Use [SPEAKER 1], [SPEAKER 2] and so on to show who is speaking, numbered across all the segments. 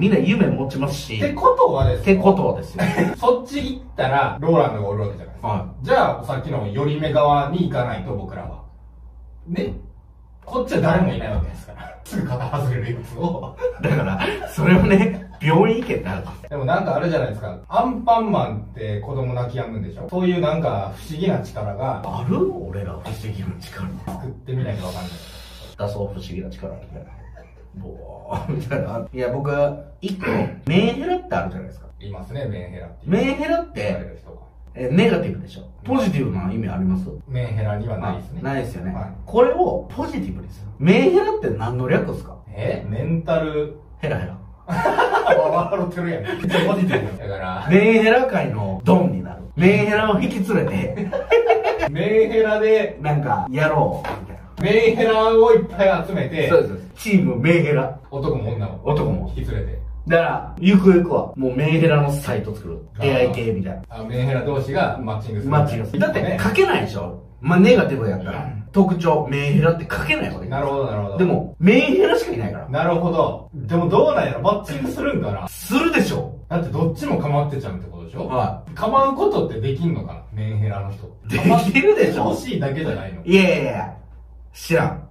[SPEAKER 1] みんな夢持ちますし、
[SPEAKER 2] って
[SPEAKER 1] っ
[SPEAKER 2] ことはです
[SPEAKER 1] て
[SPEAKER 2] よ
[SPEAKER 1] ことですよ。
[SPEAKER 2] そっち行ったら、ローランドがおるわけじゃないですか。
[SPEAKER 1] は
[SPEAKER 2] じゃあ、さっきの寄り目側に行かないと、僕らは。ねこっちは誰もいないわけですから。 すぐ肩外れるやつを。
[SPEAKER 1] い。だから、それをね、病院行けたら、
[SPEAKER 2] でもなんかあれじゃないですか。アンパンマンって子供泣き止むんでしょそういうなんか不思議な力が
[SPEAKER 1] ある俺ら不思議な力。
[SPEAKER 2] 作ってみないとわかんない。
[SPEAKER 1] 出そう不思議な力みたいな。ボーみたいな。いや、僕、一個、メンヘラってあるじゃないですか。
[SPEAKER 2] いますね、メンヘラっていう。
[SPEAKER 1] メンヘラっ
[SPEAKER 2] 言われ
[SPEAKER 1] て、
[SPEAKER 2] る人が。
[SPEAKER 1] えネガティブでしょポジティブな意味あります
[SPEAKER 2] メンヘラにはないですね。
[SPEAKER 1] ないですよね、
[SPEAKER 2] はい
[SPEAKER 1] これをポジティブにする。メンヘラって何の略ですか
[SPEAKER 2] えメンタル、
[SPEAKER 1] ヘラヘラ。
[SPEAKER 2] 笑ってるやん。めっちゃポジティブ。だから、
[SPEAKER 1] メンヘラ界のドンになる。メンヘラを引き連れて、
[SPEAKER 2] メンヘラで、
[SPEAKER 1] なんか、やろう、みたいな。
[SPEAKER 2] メンヘラをいっぱい集めて、
[SPEAKER 1] そうです。チームメンヘラ。
[SPEAKER 2] 男も女も
[SPEAKER 1] 男も
[SPEAKER 2] 引き連れて、
[SPEAKER 1] だから、ゆくゆくは、もうメンヘラのサイト作る。
[SPEAKER 2] あー
[SPEAKER 1] 出会い系みたいな。
[SPEAKER 2] あメンヘラ同士がマッチングする。
[SPEAKER 1] マッチングする。だって、
[SPEAKER 2] ね。
[SPEAKER 1] 書けないでしょまあ、ネガティブやったら。特徴、メンヘラって書けないわけ
[SPEAKER 2] なるほど、なるほど。
[SPEAKER 1] で、も、メンヘラしかいないから。
[SPEAKER 2] なるほど。でもどうなんやろマッチングするんかな
[SPEAKER 1] するでしょ
[SPEAKER 2] だってどっちも構ってちゃうってことでしょ
[SPEAKER 1] は
[SPEAKER 2] 構うことってできんのかなメンヘラの人。
[SPEAKER 1] できるでしょ
[SPEAKER 2] 欲しいだけじゃないの。
[SPEAKER 1] いやいやいや、知らん。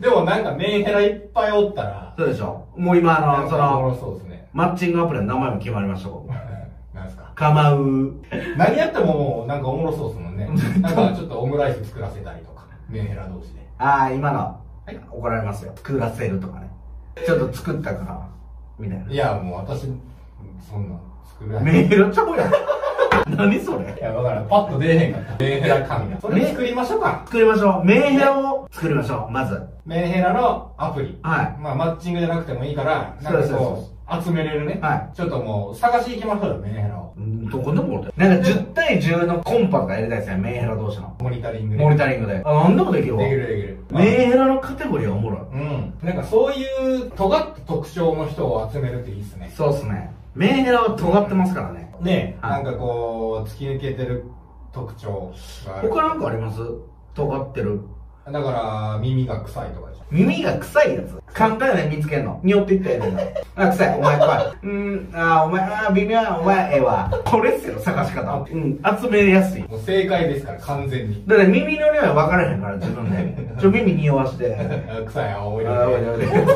[SPEAKER 2] でもなんかメンヘラいっぱいおったら、
[SPEAKER 1] そうでしょもう今、あ
[SPEAKER 2] なん
[SPEAKER 1] の、
[SPEAKER 2] か
[SPEAKER 1] そ
[SPEAKER 2] おも
[SPEAKER 1] の、
[SPEAKER 2] ろそうですね。
[SPEAKER 1] マッチングアプリの名前も決まりました、僕。
[SPEAKER 2] なんすか
[SPEAKER 1] かまう。
[SPEAKER 2] 何やってももうなんかおもろそうですも んね。なんかちょっとオムライス作らせたりとか、メンヘラ同士で。
[SPEAKER 1] ああ、今の
[SPEAKER 2] い、
[SPEAKER 1] 怒られますよ。作らせるとかね。ちょっと作ったから、みたい
[SPEAKER 2] い
[SPEAKER 1] な。
[SPEAKER 2] や、もう私、そんなん作らない。
[SPEAKER 1] メンヘラちゃうやん。何それ
[SPEAKER 2] いや、だからんパッと出えへんかった。メンヘラ感が。それ作りましょうか。
[SPEAKER 1] 作りましょう。メンヘラを作りましょう、まず。
[SPEAKER 2] メンヘラのアプリ。
[SPEAKER 1] は
[SPEAKER 2] まあ、マッチングじゃなくてもいいから、なん
[SPEAKER 1] そう
[SPEAKER 2] か
[SPEAKER 1] そう
[SPEAKER 2] こう、集めれるね。。
[SPEAKER 1] はい
[SPEAKER 2] ちょっともう、探していきましょうよ、メンヘラを。
[SPEAKER 1] い。うんどこでもおるでなんか10対10のコンパとかやりたいですね、メンヘラ同士の。
[SPEAKER 2] モニタリングで。
[SPEAKER 1] モニタリングで。あ、なんでもできるわ
[SPEAKER 2] でき。るできる。
[SPEAKER 1] メンヘラのカテゴリーはおもろい。
[SPEAKER 2] うん。なんかそういう、尖った特徴の人を集めるっていいっすね。
[SPEAKER 1] そうっすね。メンヘラは尖ってますからね。
[SPEAKER 2] ね
[SPEAKER 1] は
[SPEAKER 2] ないんかこう、突き抜けてる特徴がある。
[SPEAKER 1] 他なんかあります尖ってる。
[SPEAKER 2] だから、耳が臭いとかでしょ。
[SPEAKER 1] 耳が臭いやつ。簡単やね、見つけんの。匂っていったやつ あ、臭い。お前怖い。うーん、あー、お前、あー、微妙や。お前、ええわ。これっすよ、探し方。うん、集めやすい。
[SPEAKER 2] もう正解ですから、完全に。
[SPEAKER 1] だから耳の量は分からへんから、自分で。ちょ、耳匂わして。あ
[SPEAKER 2] 臭い青いの
[SPEAKER 1] ー、おい
[SPEAKER 2] で
[SPEAKER 1] おいおい。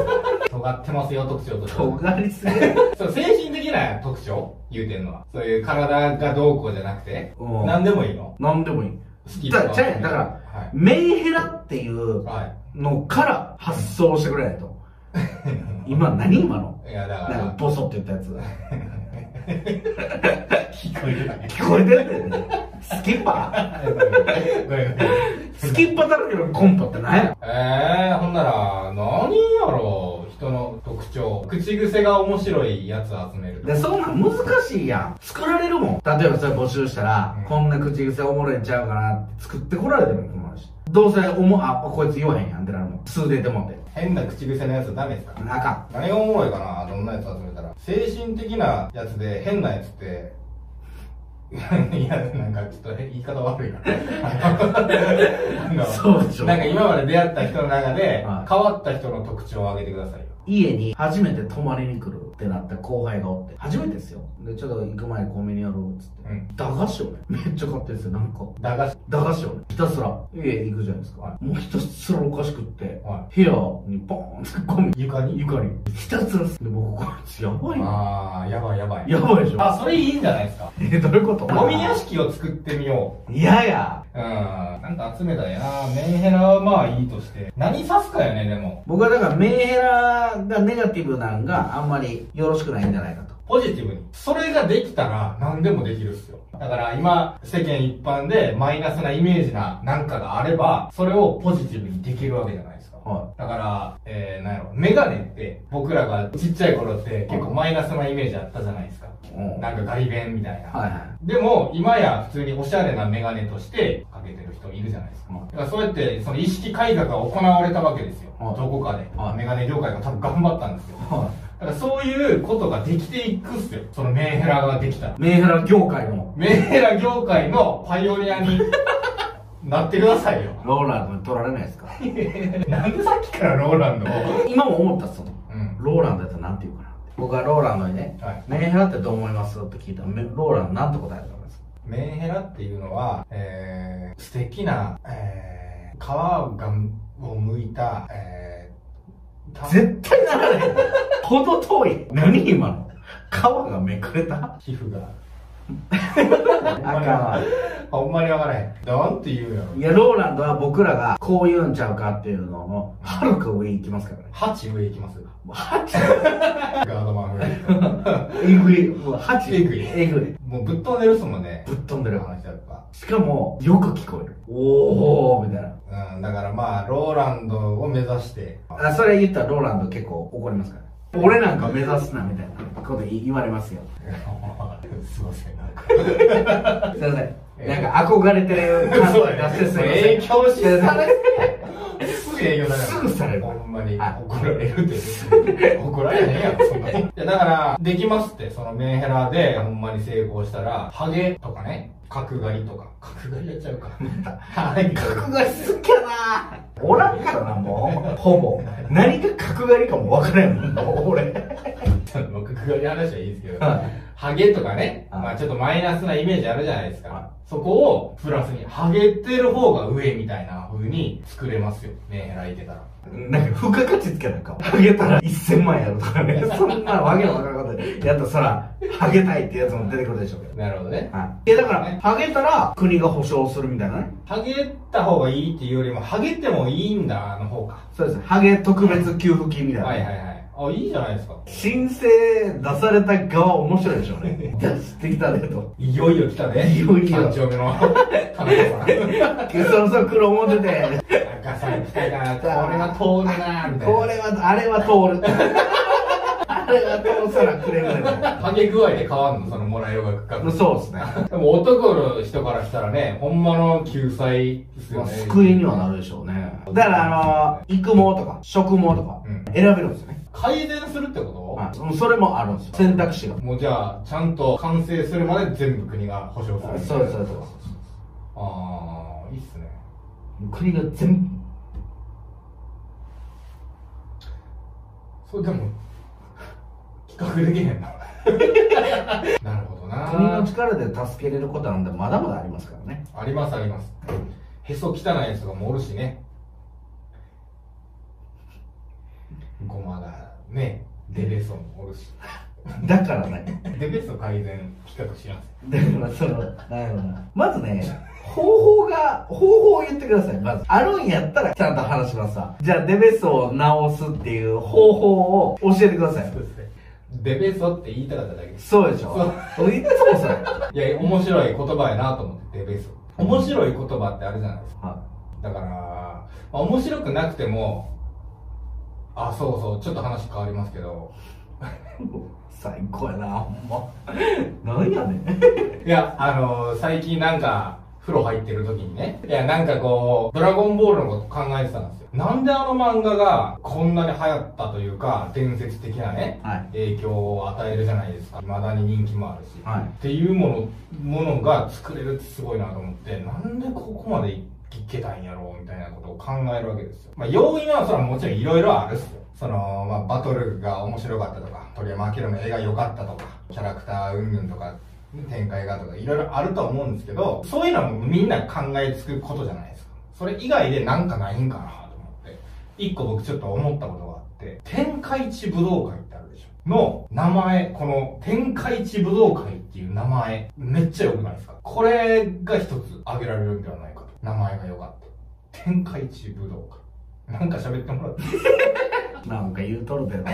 [SPEAKER 2] 尖ってますよ特徴として
[SPEAKER 1] 尖りすぎ。
[SPEAKER 2] そう精神的な特徴言うてんのはそういう体がどうこうじゃなくて
[SPEAKER 1] うん
[SPEAKER 2] 何でもいいの
[SPEAKER 1] なんでもいい。
[SPEAKER 2] 好きと
[SPEAKER 1] だ
[SPEAKER 2] か
[SPEAKER 1] から、ちゃうやんだから、
[SPEAKER 2] は
[SPEAKER 1] メンヘラっていう
[SPEAKER 2] い、は
[SPEAKER 1] のから発想してくれないと。今、何今の
[SPEAKER 2] い、いや
[SPEAKER 1] なん
[SPEAKER 2] だ
[SPEAKER 1] か
[SPEAKER 2] か
[SPEAKER 1] ボソって言ったやつ。
[SPEAKER 2] ら聞こえてない
[SPEAKER 1] 聞こえてるんだよね。スキッパ
[SPEAKER 2] ごめんごめん
[SPEAKER 1] スキッパだらけのコンパって何や
[SPEAKER 2] えー、ほんなら何やろ人の特徴口癖が面白いやつ集める
[SPEAKER 1] で、そんなん難しいやん。作られるもん。例えばそれ募集したら、
[SPEAKER 2] うん
[SPEAKER 1] こんな口癖おもろいんちゃうかなって作ってこられても困るし。どうせ思う、あ、こいつ言わへんやんってなるもん。数でてもんで。
[SPEAKER 2] 変な口癖のやつダメですか
[SPEAKER 1] なんか
[SPEAKER 2] 何がおもろいかなどんなやつ集めたら精神的なやつで変なやつって いやなんかちょっと言い方悪いななんだろ
[SPEAKER 1] そうでしょ
[SPEAKER 2] なんか今まで出会った人の中で、
[SPEAKER 1] はい
[SPEAKER 2] 変わった人の特徴を挙げてくださいよ
[SPEAKER 1] 家に初めて泊まりに来るってなった後輩がおって、初めてですよ。で、ちょっと行く前にコンビニやろうっつって。
[SPEAKER 2] うん
[SPEAKER 1] 駄菓子をね、めっちゃ買ってるんですよ、なんか。
[SPEAKER 2] 駄菓子
[SPEAKER 1] 駄菓子をね、ひたすら家行くじゃないですか
[SPEAKER 2] は。
[SPEAKER 1] もうひたすらおかしくって、
[SPEAKER 2] は
[SPEAKER 1] 部屋にポーンってゴミ
[SPEAKER 2] 床に
[SPEAKER 1] 床にひたすらすで僕こいつやばいな
[SPEAKER 2] ああやばいやばい
[SPEAKER 1] やばいでしょ
[SPEAKER 2] あそれいいんじゃないですか
[SPEAKER 1] えどういうこと
[SPEAKER 2] ゴミ屋敷を作ってみよう
[SPEAKER 1] いやいや
[SPEAKER 2] うんなんか集めたらやなメンヘラはまあいいとして何刺すかよねでも
[SPEAKER 1] 僕はだからメンヘラがネガティブなんがあんまりよろしくないんじゃないかと
[SPEAKER 2] ポジティブに。それができたら何でもできるっすよ。だから今、世間一般でマイナスなイメージななんかがあれば、それをポジティブにできるわけじゃないですか。
[SPEAKER 1] は
[SPEAKER 2] だから、えー、なんやろ、メガネって、僕らがちっちゃい頃って結構マイナスなイメージあったじゃないですか。
[SPEAKER 1] うん
[SPEAKER 2] なんか外弁みたいな。
[SPEAKER 1] はいは
[SPEAKER 2] でも、今や普通におしゃれなメガネとしてかけてる人いるじゃないですか。
[SPEAKER 1] うん
[SPEAKER 2] だからそうやって、その意識改革が行われたわけですよ。
[SPEAKER 1] はい
[SPEAKER 2] どこかで、
[SPEAKER 1] はい
[SPEAKER 2] メガネ業界が多分頑張ったんですよ。
[SPEAKER 1] は
[SPEAKER 2] だからそういうことができていくっすよ。そのメンヘラができたら。
[SPEAKER 1] いメンヘラ業界の
[SPEAKER 2] メンヘラ業界のパイオニアになってくださいよ。
[SPEAKER 1] ローランドに取られないですか
[SPEAKER 2] なんでさっきからローランドを。
[SPEAKER 1] 今も思ったっすもん
[SPEAKER 2] うん。
[SPEAKER 1] ローランドやったらなんて言うかなって僕はローランドにね、
[SPEAKER 2] はい
[SPEAKER 1] メンヘラってどう思いますって聞いたら、めローランドなんて答えたんです
[SPEAKER 2] メンヘラっていうのは、えー、素敵な、えー、皮がを剥いた、えー、た
[SPEAKER 1] か絶対ならない。 ほど遠い。何今の皮がめくれた
[SPEAKER 2] 皮膚が。
[SPEAKER 1] あかんわ。
[SPEAKER 2] ほんまにわからへん。なんて言うんやろ
[SPEAKER 1] い。や、ローランドは僕らがこう言うんちゃうかっていうのの、はるか上行きますからね。
[SPEAKER 2] 8上いきます。
[SPEAKER 1] 8?
[SPEAKER 2] ガードマンぐらい。
[SPEAKER 1] えぐい。もう8
[SPEAKER 2] えぐい
[SPEAKER 1] えぐい。
[SPEAKER 2] もうぶっ飛んでるっすもんね。
[SPEAKER 1] ぶっ飛んでる話。
[SPEAKER 2] 話やっぱ。
[SPEAKER 1] しかも、よく聞こえる。おー、みたいな。
[SPEAKER 2] うん、だからまあ、ローランドを目指して。
[SPEAKER 1] あ、それ言ったらローランド結構怒りますから。俺なんか目指すな、みたいなこと言われますよ。
[SPEAKER 2] すいません、なんか。
[SPEAKER 1] すいません。なんか憧れてる感
[SPEAKER 2] そう
[SPEAKER 1] 想
[SPEAKER 2] だ ね
[SPEAKER 1] 出してすいません。
[SPEAKER 2] 影響し
[SPEAKER 1] すいま
[SPEAKER 2] さ
[SPEAKER 1] せん
[SPEAKER 2] れすぐ営業だから。
[SPEAKER 1] すぐされる
[SPEAKER 2] ほんまに。
[SPEAKER 1] あ
[SPEAKER 2] 怒られるって。怒られへんやん、そん なに。いや、だから、できますって、そのメンヘラで、ほんまに成功したら、ハゲとかね、角刈りとか。角刈りやっちゃう か。はい。
[SPEAKER 1] 角刈り好きやなおらんからな、もう。ほぼ。何が角刈りかもわからんもんな、俺。
[SPEAKER 2] 角刈りの話はいいですけど
[SPEAKER 1] は、
[SPEAKER 2] ハゲとかね、
[SPEAKER 1] はい
[SPEAKER 2] まあちょっとマイナスなイメージあるじゃないです
[SPEAKER 1] はい
[SPEAKER 2] か。そこを、プラスに、ハゲてる方が上みたいな風に作れますよ。メンヘラいてたら。
[SPEAKER 1] なんか、付加価値つけなんか。ハゲたら1000万やるとかね。そんなわけのわからんことやったら、そら、ハゲたいってやつも出てくるでしょうけど。
[SPEAKER 2] なるほどね。
[SPEAKER 1] はい。いや、だから、ハゲたら国が保証するみたいなね。
[SPEAKER 2] ハゲた方がいいっていうよりも、ハゲてもいいんだ、の方か。
[SPEAKER 1] そうです。ハゲ特別給付金みたいな。
[SPEAKER 2] はいはいはい。あ、いいじゃないですか。
[SPEAKER 1] 申請出された側面白いでしょうね。出してきたねと。
[SPEAKER 2] いよいよ来たね。
[SPEAKER 1] いよいよ
[SPEAKER 2] 三丁目の 田中
[SPEAKER 1] そろそろ黒表で、
[SPEAKER 2] さん。赤さん来たか、これは通るな、みたい
[SPEAKER 1] こ
[SPEAKER 2] な。
[SPEAKER 1] れは、あれは通る。あれは通さなくれぐれも。
[SPEAKER 2] ハゲ具合で変わんの、そのもらいようが額。
[SPEAKER 1] そうですね。
[SPEAKER 2] でも男の人からしたらね、ほんまの救済です
[SPEAKER 1] ま
[SPEAKER 2] よ
[SPEAKER 1] あ
[SPEAKER 2] ね。
[SPEAKER 1] 救いにはなるでしょうね。だから、あの育毛とか、植毛とか
[SPEAKER 2] うん、
[SPEAKER 1] 選べるんですよね。
[SPEAKER 2] 改善するってこと、
[SPEAKER 1] はいそのそれもあるんですよ。選択肢が。
[SPEAKER 2] もうじゃあ、ちゃんと完成するまで全部国が保証する。
[SPEAKER 1] そうです、そうです。そうです
[SPEAKER 2] あー、いいっすね。
[SPEAKER 1] 国が全部、
[SPEAKER 2] それでも企画できへ んななるほど
[SPEAKER 1] 国の
[SPEAKER 2] な
[SPEAKER 1] 力で助けれることなんてまだまだありますから ね。
[SPEAKER 2] ありますありますへそ汚いやつとかもおるしねごまがねデベソもおるし
[SPEAKER 1] だからね。
[SPEAKER 2] デベソ改善企画しま
[SPEAKER 1] だからそ
[SPEAKER 2] す
[SPEAKER 1] の、なんやろな。まずね、方法が、方法を言ってください、まず。あるんやったらちゃんと話しますわ。じゃあ、デベソを直すっていう方法を教えてください。
[SPEAKER 2] デベソって言いたかっただけです
[SPEAKER 1] そうでしょいっつもそれ。
[SPEAKER 2] いや面白い言葉やなと思ってデベソ面白い言葉ってあるじゃないですか
[SPEAKER 1] は
[SPEAKER 2] だから、まあ、面白くなくてもあそうそうちょっと話変わりますけど
[SPEAKER 1] い最高やな、ほんま。なんやねん。
[SPEAKER 2] いや、あの最近なんか、風呂入ってる時にね。いや、なんかこう、ドラゴンボールのこと考えてたんですよ。なんであの漫画がこんなに流行ったというか、伝説的なね、
[SPEAKER 1] はい
[SPEAKER 2] 影響を与えるじゃないですか。未だに人気もあるし。
[SPEAKER 1] はい
[SPEAKER 2] っていうもの、ものが作れるってすごいなと思って、なんでここまでいけたんやろうみたいなことを考えるわけですよ。まあ、要因はそれはもちろんいろいろあるっすよ。その、まあ、バトルが面白かったとか、鳥山明の絵が良かったとか、キャラクター云々とか、展開がとか、いろいろあると思うんですけど、そういうのはもうみんな考えつくことじゃないですか。それ以外でなんかないんかなと思って、一個僕ちょっと思ったことがあって、天下一武道会ってあるでしょの名前、この天下一武道会っていう名前、めっちゃ良くないですかこれが一つ挙げられるんではないかと。名前が良かった。天下一武道会。なんか喋ってもらって
[SPEAKER 1] なんか言うとるけど。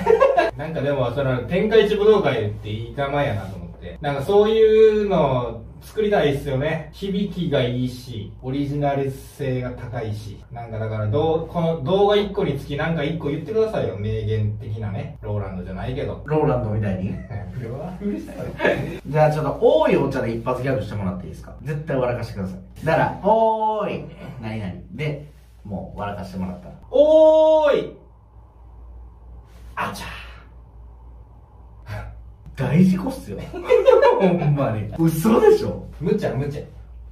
[SPEAKER 2] なんかでも、その、天下一武道会っていい名前やなと思って。なんかそういうの作りたいっすよね。響きがいいし、オリジナル性が高いし。なんかだから、どう、この動画1個につきなんか1個言ってくださいよ。名言的なね。ローランドじゃないけど。
[SPEAKER 1] ローランドみたいに。
[SPEAKER 2] うわうるさい。
[SPEAKER 1] じゃあちょっと、多いお茶で一発ギャグしてもらっていいですか絶対笑かしてください。だから、おーい、何々。で、もう笑かしてもらったら。
[SPEAKER 2] おーいあちゃ
[SPEAKER 1] 大事故っすよ。 ほんまに。嘘でしょ
[SPEAKER 2] むちゃむちゃ。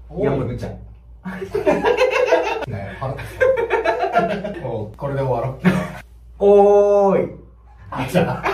[SPEAKER 2] おーい
[SPEAKER 1] やもう
[SPEAKER 2] むちゃ。ねえ、腹立 つ。もう、これで終わろう。
[SPEAKER 1] おーい。
[SPEAKER 2] あちゃ。